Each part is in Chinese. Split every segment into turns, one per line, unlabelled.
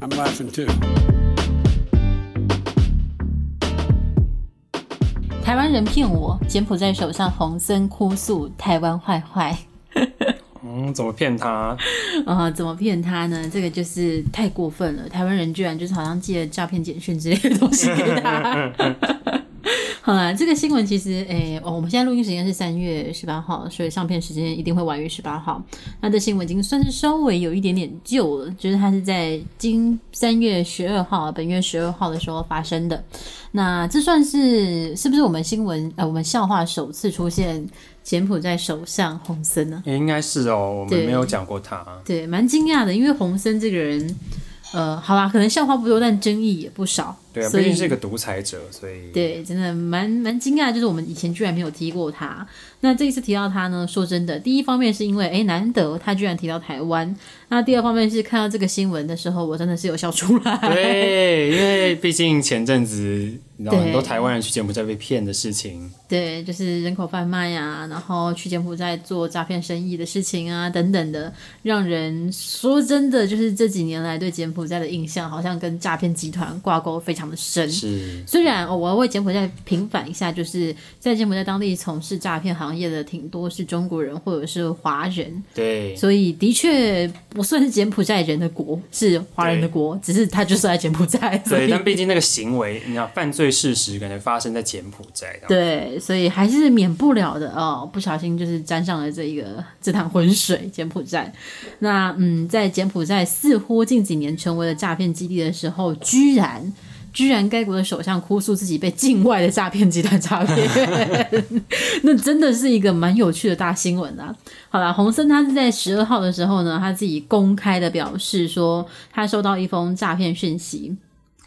I'm laughing too.
台湾人骗我，柬埔寨首相洪森哭诉台湾坏坏。
嗯，怎么骗他？
啊，怎么骗他呢？这个就是太过分了。台湾人居然就是好像寄了诈骗简讯之类的东西给他。 好啦，这个新闻其实，诶、哦，我们现在录音时间是三月十八号，所以上片时间一定会晚于十八号。那这新闻已经算是稍微有一点点旧了，就是它是在今三月十二号，本月十二号的时候发生的。那这算是是不是我们新闻呃，我们笑话首次出现柬埔寨首相洪森呢？
也应该是哦，我们
对
没有讲过他。
对，蛮惊讶的，因为洪森这个人，呃，好吧，可能笑话不多，但争议也不少。
对啊，
所
毕
以
竟是一个独裁者，所以
对，真的蛮蛮惊讶，就是我们以前居然没有提过他。那这一次提到他呢，说真的，第一方面是因为，哎，难得他居然提到台湾。那第二方面是看到这个新闻的时候，我真的是有笑出来。
对，因为毕竟前阵子你知道
对
很多台湾人去柬埔寨被骗的事情，
对，就是人口贩卖啊，然后去柬埔寨做诈骗生意的事情啊，等等的，让人说真的，就是这几年来对柬埔寨的印象，好像跟诈骗集团挂钩非常的深。
是
虽然、哦、我要为柬埔寨平反一下，就是在柬埔寨当地从事诈骗行业的挺多是中国人或者是华人，
对，
所以的确不算是柬埔寨人的国，是华人的国，只是他就是在柬埔寨，所
对，
以
但毕竟那个行为，你知道犯罪事实可能发生在柬埔寨，然后
对，所以还是免不了的哦，不小心就是沾上了这一个这趟浑水，柬埔寨。那嗯，在柬埔寨似乎近几年成为了诈骗基地的时候，居然。居然该国的首相哭诉自己被境外的诈骗集团诈骗， 那真的是一个蛮有趣的大新闻啊！好啦，洪森他是在十二号的时候呢，他自己公开的表示说，他收到一封诈骗讯息，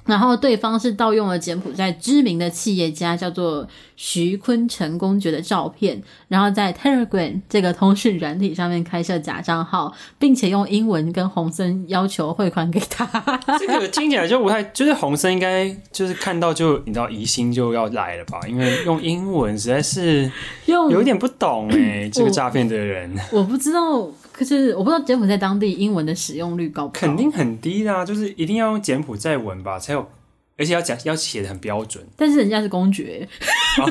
然后对方是盗用了柬埔寨知名的企业家叫做徐坤成公爵的照片，然后在 Telegram 这个通讯软体上面开设假账号，并且用英文跟洪森要求汇款给他。
这个听起来就不太，就是洪森应该就是看到就你知道疑心就要来了吧，因为用英文实在是
用
有一点不懂哎、这个诈骗的人
我不知道，可是我不知道柬埔寨当地英文的使用率高不高？
肯定很低啦、就是一定要用柬埔寨文吧才有，而且要讲要写的很标准。
但是人家是公爵，
啊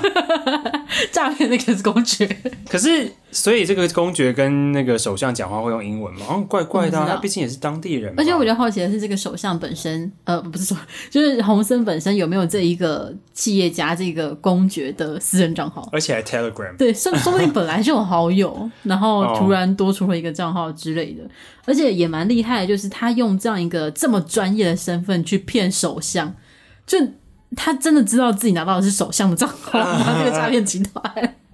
诈骗那个是公爵，
可是所以这个公爵跟那个首相讲话会用英文吗？好像怪怪的、
我不
啊，
知道
他毕竟也是当地人嘛。
而且我比较好奇的是，这个首相本身，呃，不是说，就是洪森本身有没有这一个企业家、这个公爵的私人账号？
而且还 Telegram，
对，说说不定本来就有好友，然后突然多出了一个账号之类的，而且也蛮厉害的，就是他用这样一个这么专业的身份去骗首相，就他真的知道自己拿到的是首相的账号吗？这个诈骗集团，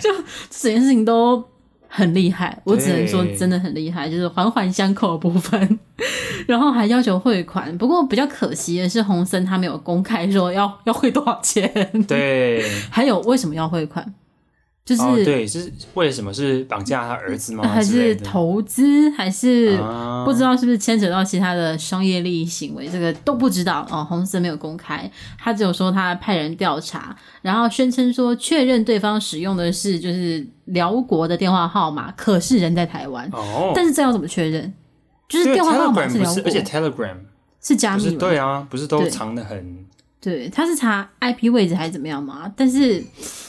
就这整件事情都很厉害，我只能说
对
真的很厉害，就是环环相扣的部分。 然后还要求汇款，不过比较可惜的是，洪森他没有公开说要要汇多少钱，
对，
还有为什么要汇款，就是、
哦对，是为了什么？是绑架他儿子 吗？
还
之类
是
的
投资，还是
啊
不知道是不是牵扯到其他的商业利益行为，这个都不知道哦。洪森没有公开，他只有说他派人调查，然后宣称说确认对方使用的是就是辽国的电话号码，可是人在台湾，
哦，
但是这要怎么确认？就是
因为
电话号码
Telegram
是
不
辽
是，
国，
而且 Telegram
是加
不
密
是
吗？
对啊，不是都
对
藏的很
对，他是查 IP 位置还是怎么样嘛？但是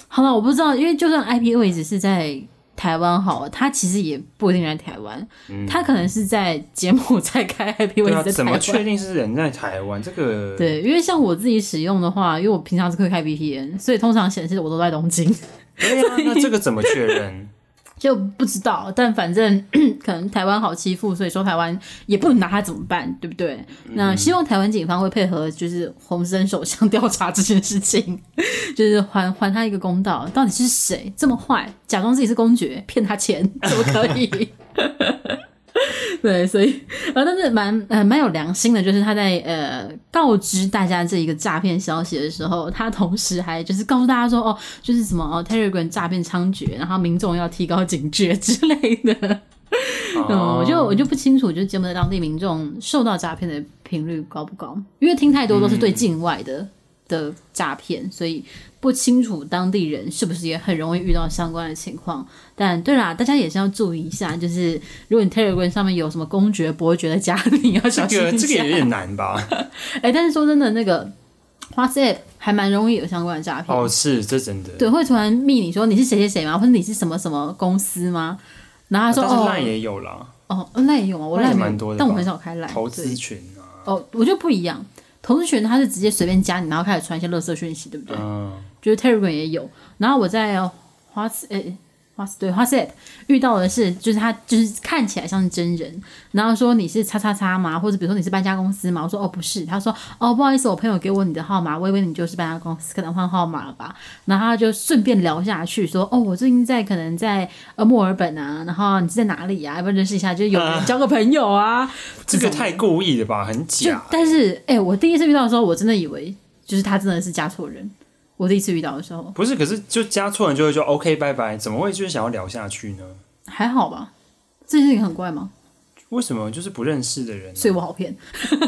好了，我不知道，因为就算 IP 位置是在台湾好了，他其实也不一定在台湾，
嗯
他可能是在柬埔寨开 IP 位
对啊，
置在
怎
台
么
湾。
确定是人在台湾？这个
对，因为像我自己使用的话，因为我平常是会开 VPN，所以通常显示我都在东京，
对啊，那这个怎么确认？
就不知道。但反正 可能台湾好欺负，所以说台湾也不能拿他怎么办，对不对？那希望台湾警方会配合，就是洪森首相 调查这件事情，就是还还他一个公道。到底是谁这么坏，假装自己是公爵骗他钱，怎么可以？ 对，所以呃，但是蛮呃蛮有良心的，就是他在呃告知大家这一个诈骗消息的时候，他同时还就是告诉大家说，哦，就是什么哦，Telegram 诈骗猖獗，然后民众要提高警觉之类的。 嗯，
哦
我就我就不清楚，就是柬
嗯
埔寨当地民众受到诈骗的频率高不高，因为听太多都是对境外的的诈骗，所以不清楚当地人是不是也很容易遇到相关的情况。但对啦，大家也是要注意一下，就是如果你 Telegram 上面有什么公爵、伯爵的家庭，要
这
小心一
个
下。
这个也有点难吧？
哎、但是说真的，那个 WhatsApp 还蛮容易有相关的诈骗。
哦，是这真的。
对，会突然密你说你是谁谁谁吗？或者你是什么什么公司吗？然后他说
啊但是
哦
烂也有啦，
哦，那也有啊，我
Line
赖
也蛮多的
但我
吧
很少开赖
投资群啊，
哦，我觉得不一样。投资群它是直接随便加你，然后开始传一些垃圾讯息，对不对？
嗯，
就是 Telegram 也有。然后我在花斯诶花斯对花 a p 遇到的是，就是他就是看起来像是真人，然后说你是叉叉叉吗？或者比如说你是搬家公司吗？我说哦不是，他说哦不好意思，我朋友给我你的号码，我以为你就是搬家公司，可能换号码了吧。然后他就顺便聊下去，说哦我最近在可能在呃墨尔本啊，然后你是在哪里啊？要不然认识一下，就是有人交个朋友啊。
这个太故意了吧，很
就
假。
但是哎、欸我第一次遇到的时候，我真的以为就是他真的是加错人。我第一次遇到的时候
不是，可是就加错人就会说 OK 拜拜，怎么会就是想要聊下去呢？
还好吧，这件事情很怪吗？
为什么就是不认识的人呢？
所以我好骗，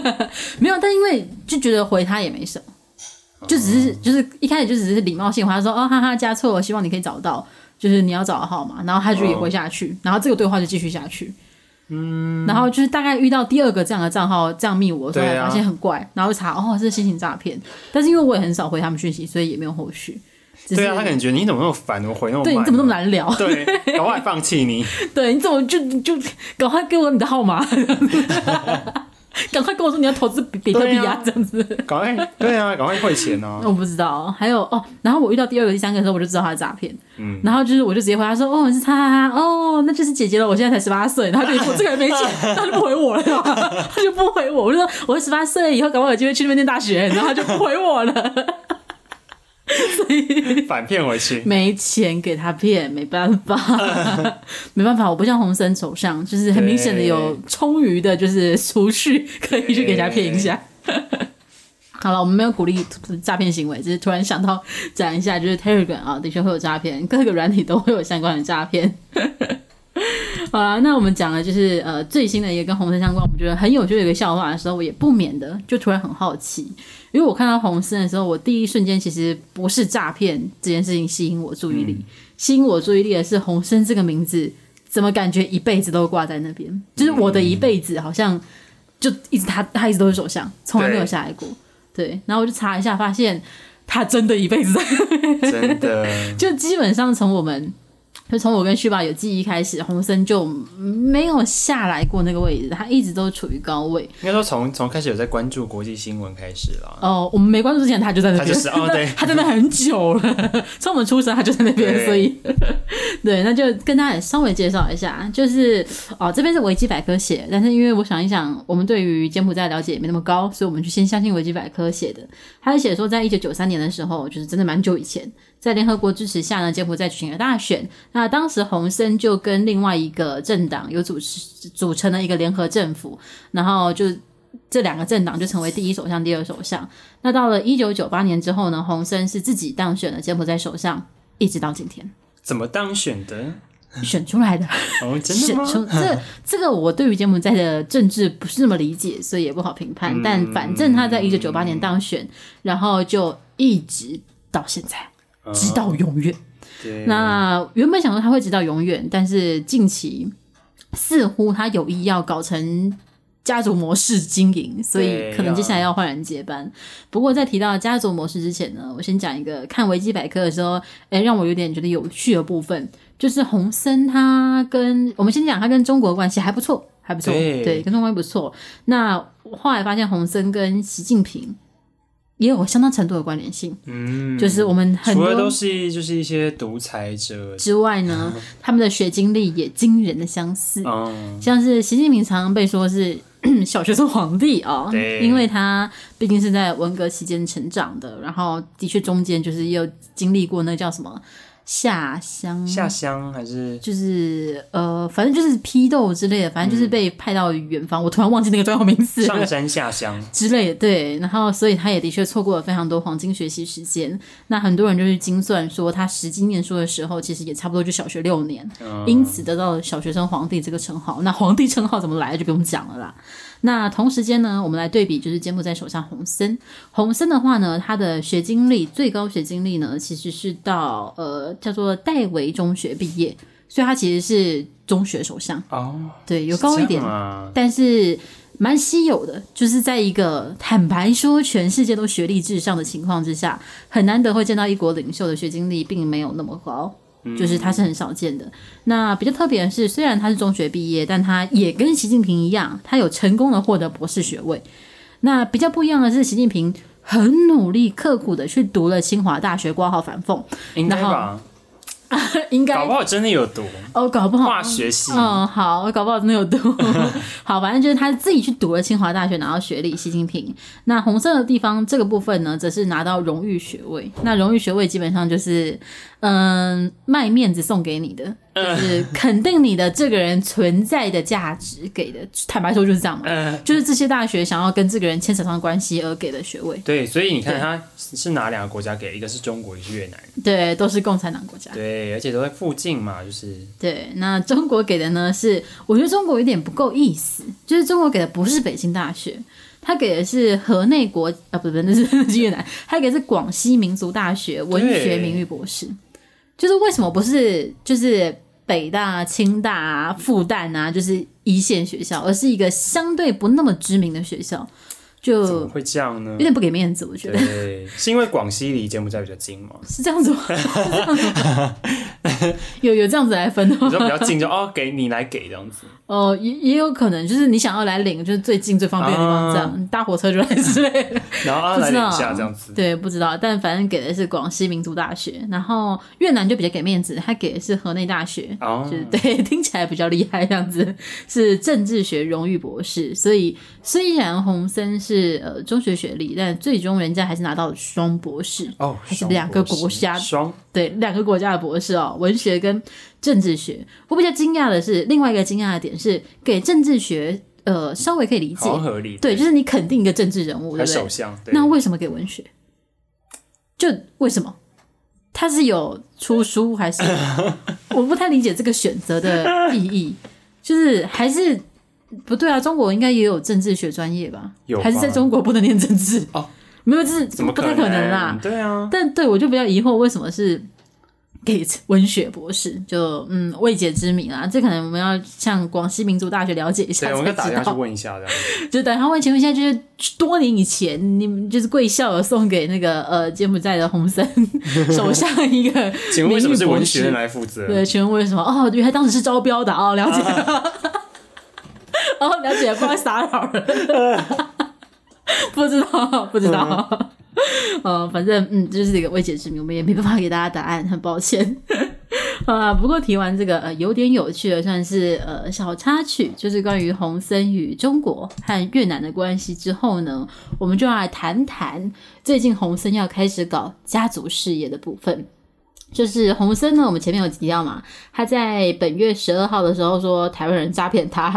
没有，但因为就觉得回他也没什么，就只
哦
是就是一开始就只是礼貌性回他说哦哈哈加错了，希望你可以找到，就是你要找的号码，然后他就也回下
哦
去，然后这个对话就继续下去。嗯，然后就是大概遇到第二个这样的账号这样密我的时候，
对
才
啊
发现很怪，然后查哦这是新型诈骗，但是因为我也很少回他们讯息，所以也没有后续。只是
对啊，他可能觉得你怎么那么烦，我回那么
对
慢
你
啊
怎么那么？难聊？
对， 赶快放弃你。
对，你怎么就就赶快给我你的号 码，赶快跟我说你要投资比比特币
对
啊
啊，
这样子。
赶快，对啊，赶快汇钱啊！
我不知道，还有哦，然后我遇到第二个、第三个的时候，我就知道他是诈骗。嗯，然后就是我就直接回他说：“哦，你是叉叉叉，哦，那就是姐姐了。我现在才十八岁。”然后就我这个人没钱，他就不回我了，他就不回我。我就说我十八岁以后，搞不好有机会去那边念大学，然后他就不回我了。
反骗回去，
没钱给他骗，没办法，没办法，我不像洪森手上，就是很明显的有充裕的，就是储蓄可以去给他骗一下。 好了，我们没有鼓励诈骗行为，只是突然想到讲一下，就是 Telegram 啊，的确会有诈骗，各个软体都会有相关的诈骗。 好啦，那我们讲的就是呃最新的一个跟红参相关，我们觉得很有趣的一个笑话的时候，我也不免的就突然很好奇，因为我看到红参的时候，我第一瞬间其实不是诈骗这件事情吸引我注意力，吸引我注意力的是红参这个名字，怎么感觉一辈子都挂在那边？就是我的一辈子好像就一直他他一直都是首相，从来没有下来过。对，然后我就查一下，发现他真的一辈子在
真的。
就基本上从我们，就从我跟旭爸有记忆开始，洪森就没有下来过那个位置，他一直都处于高位。
应该说从从开始有在关注国际新闻开始啦。
哦，我们没关注之前，他就在 那边，
他就是哦对
他在那很久 了，从我们出生他就在那边，
对
所以 对，那就跟大家稍微介绍一下，就是哦，这边是维基百科写，但是因为我想一想，我们对于柬埔寨了解也没那么高，所以我们就先相信维基百科写的。他是写说，在一九九三年的时候，就是真的蛮久以前，在联合国支持下呢，柬埔寨举行了大选。那当时洪森就跟另外一个政党有组织组成了一个联合政府，然后就这两个政党就成为第一首相、第二首相。那到了一九九八年之后呢，洪森是自己当选了柬埔寨首相，一直到今 天
怎么当选的？
选出来的。
哦，真的
选
吗？
出这这个我对于柬埔寨的政治不是那么理解，所以也不好评
嗯
判。但反正他在一九九八年当选，然后就一直到现在，
嗯
直到永远。
对
那原本想说他会直到永远，但是近期似乎他有意要搞成家族模式经营，所以
对
可能接下来要换人接班。不过在提到家族模式之前呢，我先讲一个看维基百科的时候，诶、让我有点觉得有趣的部分，就是洪森他跟我们先讲他跟中国关系还不错，还不错，
对
对，跟中国关系不错。那后来发现洪森跟习近平也有相当程度的关联性，
嗯，
就是我们很
除
多
了都是就是一些独裁者，
之外呢，他们的学经历也惊人的相似。
嗯，
像是习近平常常被说是 小学生皇帝哦，
对
因为他毕竟是在文革期间成长的，然后的确中间就是又经历过那叫什么下乡，
下乡还是
就是呃，反正就是批斗之类的，反正
嗯
就是被派到远方，我突然忘记那个专有名词了
上山 下乡，
之类的，对，然后所以他也的确错过了非常多黄金学习时间。那很多人就是精算说，他实际念书的时候，其实也差不多就小学
嗯
六年，因此得到了小学生皇帝这个称号。那皇帝称号怎么来的就不用讲了啦。那同时间呢，我们来对比就是柬埔寨首相洪森，洪森的话呢，他的学经历最高学经历呢，其实是到呃叫做戴维中学毕业，所以他其实是中学首相，
哦，
对，有高一点
是这样啊，
但是蛮稀有的，就是在一个坦白说全世界都学历至上的情况之下，很难得会见到一国领袖的学经历并没有那么高。
嗯
就是他是很少见的。那比较特别的是，虽然他是中学毕业，但他也跟习近平一样，他有成功的获得博士学位。那比较不一样的是，习近平很努力、刻苦的去读了清华大学挂号反讽，
应该
然后
吧？
应该
搞不好真的有毒，
哦，搞不好
化学系
嗯，好，我搞不好真的有读。好，反正就是他自己去读了清华大学，拿到学历，习近平。那红色的地方这个部分呢，则是拿到荣誉学位。那荣誉学位基本上就是，嗯，卖面子送给你的，就是肯定你的这个人存在的价值给的。坦白说就是这样嘛，
嗯
就是这些大学想要跟这个人牵扯上关系而给的学位，
对，所以你看
对嗯
他是哪两个国家给？一个是中国，一个是越南，
对，都是共产党国家。
对，而且都在附近嘛，就是
对，那中国给的呢是，我觉得中国有点不够意思，就是中国给的不是北京大学，他给的是河内国啊，不不，那是那是越南，他给的是广西民族大学文学名誉博士。就是为什么不是就是北大、清大啊、复旦啊，就是一线学校，而是一个相对不那么知名的学校，就
怎么
有
会这样呢？
点不给面子，我觉得
对，是因为广西离柬埔寨比较近嘛，
是这样子吗？是这样子吗有有这样子来分的吗
你？说比较近就哦，给你来给这样子，
哦，也也有可能就是你想要来领，就是最近最方便的地方，
啊
这样、搭火车就来之类 的。
然后啊
不
来
知
领
道
一下这样子，
对，不知道，但反正给的是广西民族大学，然后越南就比较给面子，他给的是河内大学，
哦
就是对，听起来比较厉害，这样子是政治学荣誉博士。所以虽然洪森是呃中学学历，但最终人家还是拿到了双博士。
哦，
还是
双
两个
博士
国家
双
对，两个国家的博士哦，文学跟政治学。我比较惊讶的是，另外一个惊讶的点是，给政治学呃稍微可以理解
好，像合理，
对，就是你肯定一个政治人物，对
还
不对
首？相，对
那为什么给文学？就为什么？他是有出书还 是？我不太理解这个选择的意义，就是还是不对啊？中国应该也有政治学专业吧？
有吧
还是在中国不能念政治？
哦，
没有，这是
怎么
不太可能啦。
对啊，
但对我就比较疑惑，为什么是给文学博士？就嗯，未解之谜啦。这可能我们要向广西民族大学了解一下
对，我
才
们可以打
知
电话去
道。
问一下这样子，
就等他问，请问一下，就是多年以前，你们就是贵校有送给那个呃柬埔寨的洪森 手下一个
请问为什么是文学
名誉
人
博士
来负责？
对，请问为什么？哦，原来当时是招标的哦，了解了。 哦，了解了，不要打扰了。 不知道，不知道。呃，反正嗯，这是一个未解之谜，我们也没办法给大家答案，很抱歉。 啊，不过提完这个呃有点有趣的，算是呃小插曲，就是关于洪森与中国和越南的关系之后呢，我们就要来谈谈最近洪森要开始搞家族事业的部分。就是洪森呢，我们前面有提到嘛，他在本月十二号的时候说台湾人诈骗他，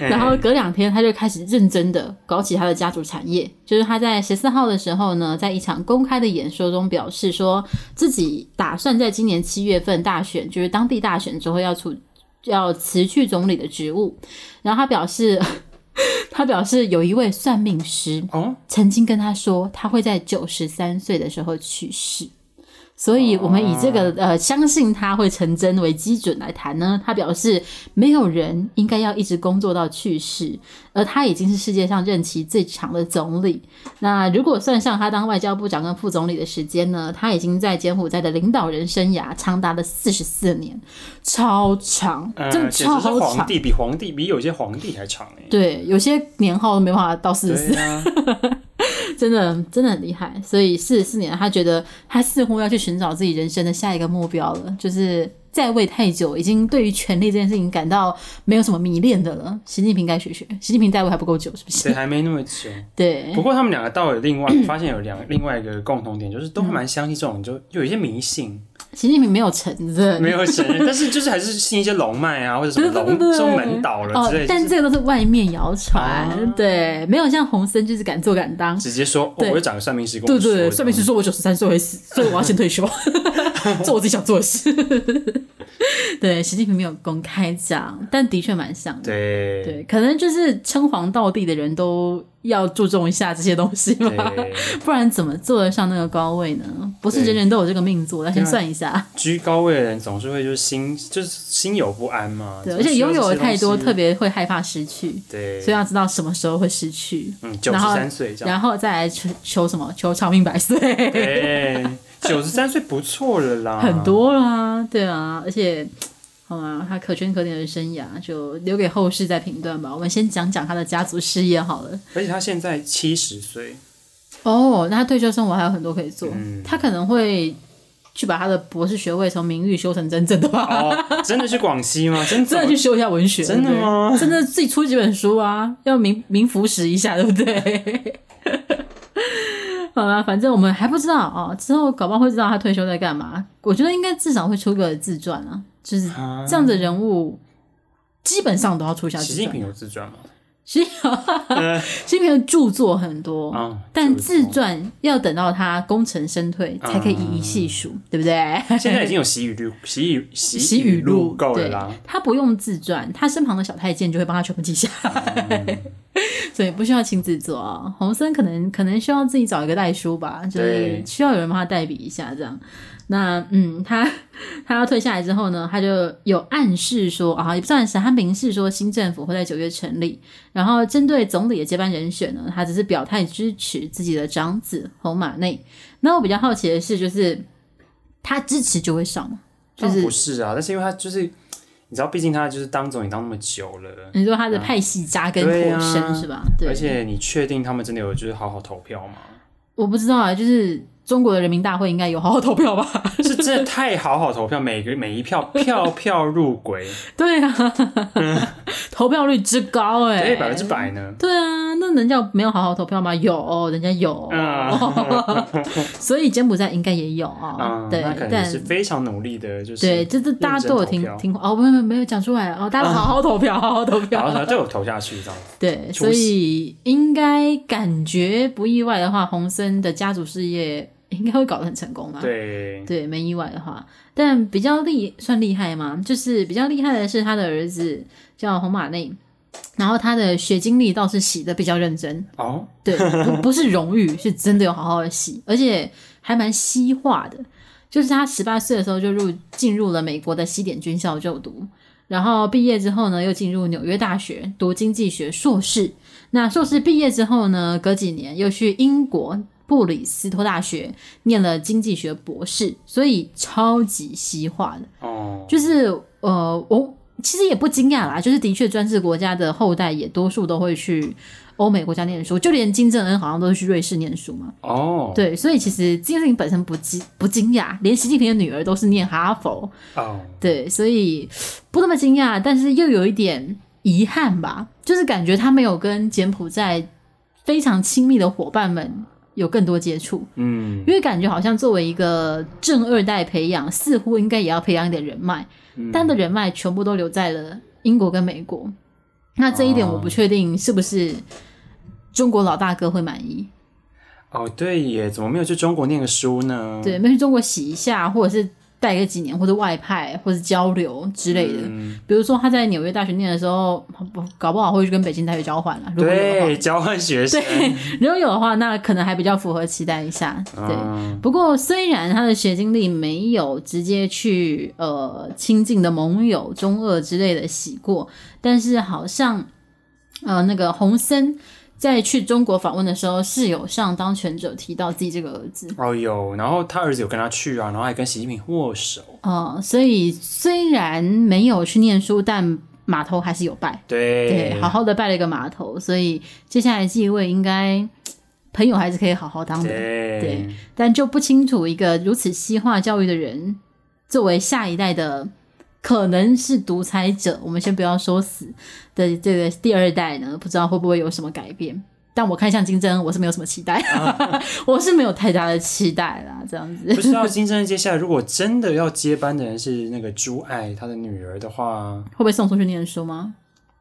嗯
然后隔两天他就开始认真的搞起他的家族产业。就是他在十四号的时候呢，在一场公开的演说中表示说，自己打算在今年七月份大选，就是当地大选之后要处要辞去总理的职务。然后他表示， 他表示有一位算命师，
哦，
曾经跟他说他会在九十三岁的时候去世，所以我们以这个呃相信他会成真为基准来谈呢。他表示，没有人应该要一直工作到去世，而他已经是世界上任期最长的总理。那如果算上他当外交部长跟副总理的时间呢，他已经在柬埔寨的领导人生涯长达了四十四年，超长，
呃，
真的
简直
超
是
长。
皇帝比皇帝比有些皇帝还长哎，
对，有些年号都没办法到四十四
对。啊，
真的真的很厉害，所以四十四年，他觉得他似乎要去寻找自己人生的下一个目标了，就是在位太久，已经对于权力这件事情感到没有什么迷恋的了。 习近平该学学，习近平在位还不够久，是不
对，
是？
还没那么 久。
对
不过他们两个到了另外发现有两另外一个 共同点，就是都还蛮相信这种，就有一些迷信，
习近平没有承认，
没有承 认，但是就是还是信一些龙脉啊，或者什么
对对对
龙
对
什么门倒了
哦
之类，
但
的，
这个都是外面谣传，
啊
对，没有像洪森就是敢做敢当。
直接说，哦
对
我就找个算命师跟
对
我说
对
这
对，
样，
算命师说我九十三岁会死，所以我要先退休，做我自己想做的事。对，习近平没有公开讲，但的确蛮像的。
对
对，可能就是称皇道地的人都要注重一下这些东西吧，不然怎么坐得上那个高位呢？不是
对
人人都有这个命坐，要先
对啊
算一下。
居高位的人总是会就是心就是心有不安嘛。
对，
总
而且
是
拥有
要
的
这些
太多，
东西
特别会害怕失去，
对，
所以要知道什么时候会失去，
嗯九十
然后
三岁这样，
然后再来求求什么？求长命百岁，
对，哎九十三岁不错了 啦，
很多啦，对啊，而且。好啊，他可圈可点的生涯就留给后世再评断吧。我们先讲讲他的家族事业好了。
而且他现在七十岁，
哦，那他退休生活还有很多可以做，
嗯
他可能会去把他的博士学位从名誉修成真正的吧，
哦，真的去广西吗？真
真的
怎
去
么
修一下文学，
真的
对不对
吗
真的自己出几本书啊，要名名符实一下，对不对？ 好啦，反正我们还不知道哦，之后搞不好会知道他退休在干嘛。我觉得应该至少会出个自传啊，就是
啊
这样的人物，基本上都要出一下
习
自
近
传
平。有自传吗？
习近 平， 习近平的著作很多，
啊，
但
就是
自传要等到他功成身退
啊
才可以一一细数，对不 对？
现在已经有习语录、习语、
习
习
语录
够了
对
啦。，
他不用自传，他身旁的小太监就会帮他全部记下来，
嗯
所以不需要亲自做啊。洪森可能可能需要自己找一个代书吧，就是
对
需要有人帮他代笔一下这样。那嗯，他 他要退下来之后呢，他就有暗示说啊，也不算是他明示说新政府会在九月成立，然后针对总理的接班人选呢，他只是表态支持自己的长子侯马内。那我比较好奇的是，就是他支持就会上吗？就
当然
是
不是啊，但是因为他就是，你知道，毕竟他就是当总理当那么久了，
你说他的派系扎根
嗯对
颇
啊
深、是吧？嗯对，
而且你确定他们真的有就是好好投票吗？
我不知道啊，就是中国的人民大会应该有好好投票吧？
是真的太好好投票，每个每一票票票入轨，
对啊，投票率之高哎、
所嗯以百分之。百呢。
对啊，那人家没有好好投票吗？有，人家有，
嗯啊
哦所以柬埔寨应该也有啊。
嗯，
对
那可，能
但
是非常努力的，就是
对，这这大家都有听
认真投票啊
听过哦，没有没有没有讲出来哦，大家好好投票，好好投
然
票
后。他对我投下去这样子。
对，
出
所以应该感觉不意外的话，洪森的家族事业应该会搞得很成功吧？
对，
对，没意外的话，但比较厉算厉害吗？就是比较厉害的是他的儿子叫红马内，然后他的学经历倒是洗的比较认真，
哦，
对，不不是荣誉，是真的有好好的洗，而且还蛮西化的。就是他十八岁的时候就入进入了美国的西点军校就读，然后毕业之后呢，又进入纽约大学读经济学硕士。那硕士毕业之后呢，隔几年又去英国布里斯托大学念了经济学博士，所以超级西化的。
哦，
就是呃，我其实也不惊讶啦，就是的确专制国家的后代也多数都会去欧美国家念书，就连金正恩好像都是去瑞士念书嘛。
哦，，
对，所以其实这件事情本身不惊不惊讶，连习近平的女儿都是念哈佛，
哦，
对，所以不那么惊讶，但是又有一点遗憾吧，就是感觉他没有跟柬埔寨非常亲密的伙伴们有更多接触，
嗯，
因为感觉好像作为一个正二代培养，似乎应该也要培养一点人脉，
嗯
但他的人脉全部都留在了英国跟美国。那这一点
哦
我不确定是不是中国老大哥会满意。
哦，对耶，怎么没有去中国念个书呢？
对，没去中国洗一下，或者是待个几年，或者外派，或者交流之类的。
嗯
比如说他在纽约大学念的时候，不搞不好会去跟北京大学交换了。如果有的话
对，交换学生，
对，如果有的话，那可能还比较符合期待一下。对，
嗯
不过虽然他的学经历没有直接去呃亲近的盟友、中俄之类的洗过，但是好像呃那个洪森在去中国访问的时候是有上当权者提到自己这个儿子。
哦有，然后他儿子有跟他去啊，然后还跟习近平握手，
哦，所以虽然没有去念书，但码头还是有拜，
对，
对，好好的拜了一个码头，所以接下来继位应该朋友还是可以好好当的，
对
对但就不清楚一个如此西化教育的人，作为下一代的可能是独裁者，我们先不要说死的这个第二代呢，不知道会不会有什么改变。但我看向金正恩，我是没有什么期待， 我是没有太大的期待啦，这样子。
不知道金正恩接下来如果真的要接班的人是那个朱爱他的女儿的话
会不会送出去念书吗？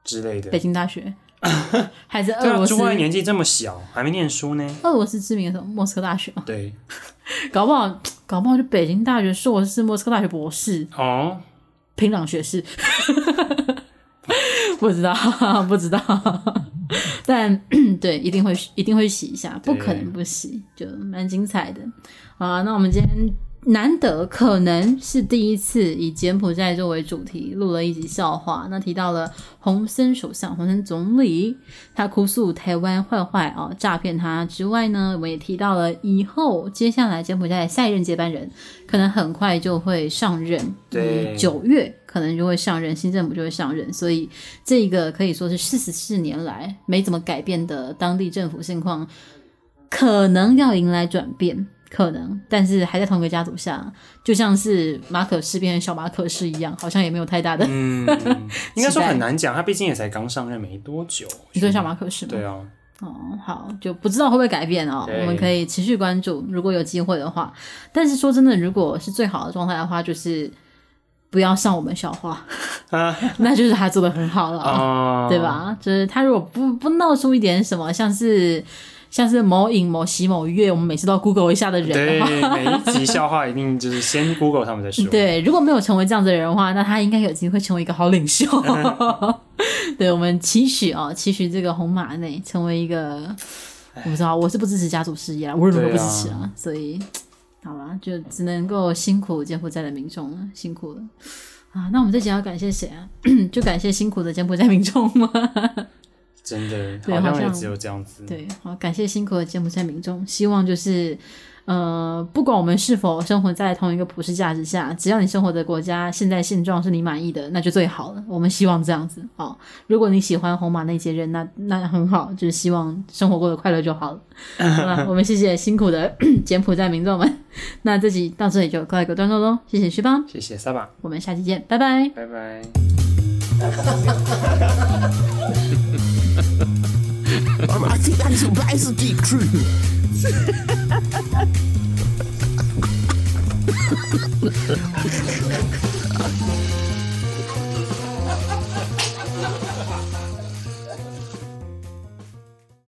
之类的
北。京大学，还是
对
俄
啊，
罗斯
朱？爱年纪这么小，还没念书呢。
俄罗斯知名的什么莫斯科大学吗？
对，
搞不好，搞不好就北京大学硕士、莫斯科大学博士，
哦，
平壤学士， 不知道， 不知道，但 对，一定会一定会洗一下，不可能不洗，就蛮精彩的。好啊，那我们今天难得可能是第一次以柬埔寨作为主题录了一集笑话，那提到了洪森首相、洪森总理，他哭诉台湾坏坏啊、哦、诈骗他之外呢，我们也提到了以后接下来柬埔寨的下一任接班人可能很快就会上任，
对
九月可能就会上任，新政府就会上任，所以这个可以说是四十四年来没怎么改变的当地政府现况，可能要迎来转变，可能，但是还在同一个家族下，就像是马可仕变成小马可仕一样，好像也没有太大的。
嗯，应该说很难讲，他毕竟也才刚上任没多久。
你说小马可仕吗？
对啊，
哦，好，就不知道会不会改变哦。
对
我们可以持续关注，如果有机会的话。但是说真的，如果是最好的状态的话，就是不要上我们笑话，
啊
那就是他做的很好了哦。
啊，
对？吧？就是他如果不不闹出一点什么，像是像是某影某喜某月，我们每次都要 Google 一下的人
对，
的话，
每一集笑话一定就是先 Google 他们再说。
对，如果没有成为这样子的人的话，那他应该有机会成为一个好领袖。对我们期许哦，期许这个红马内成为一个，我不知道，我是不支持家族事业啊，无论如何不支持啊，所以好吧，就只能够辛苦柬埔寨的民众了，辛苦了。啊，那我们这集要感谢谁啊？ 就感谢辛苦的柬埔寨民众吗？
真的，
对
好
好
像
像
也只有这样子。
对，好，感谢辛苦的柬埔寨民众，希望就是，呃，不管我们是否生活在同一个普世价值下，只要你生活的国家现在现状是你满意的，那就最好了。我们希望这样子。好，如果你喜欢红马那些人，那那很好，就是希望生活过得快乐就好了。好吧，我们谢谢辛苦的 柬埔寨民众们。那这集到这里就告一个段落喽，谢谢徐邦，
谢谢萨巴，
我们下期见，拜拜。
拜拜。
I think that is a that is a deep truth.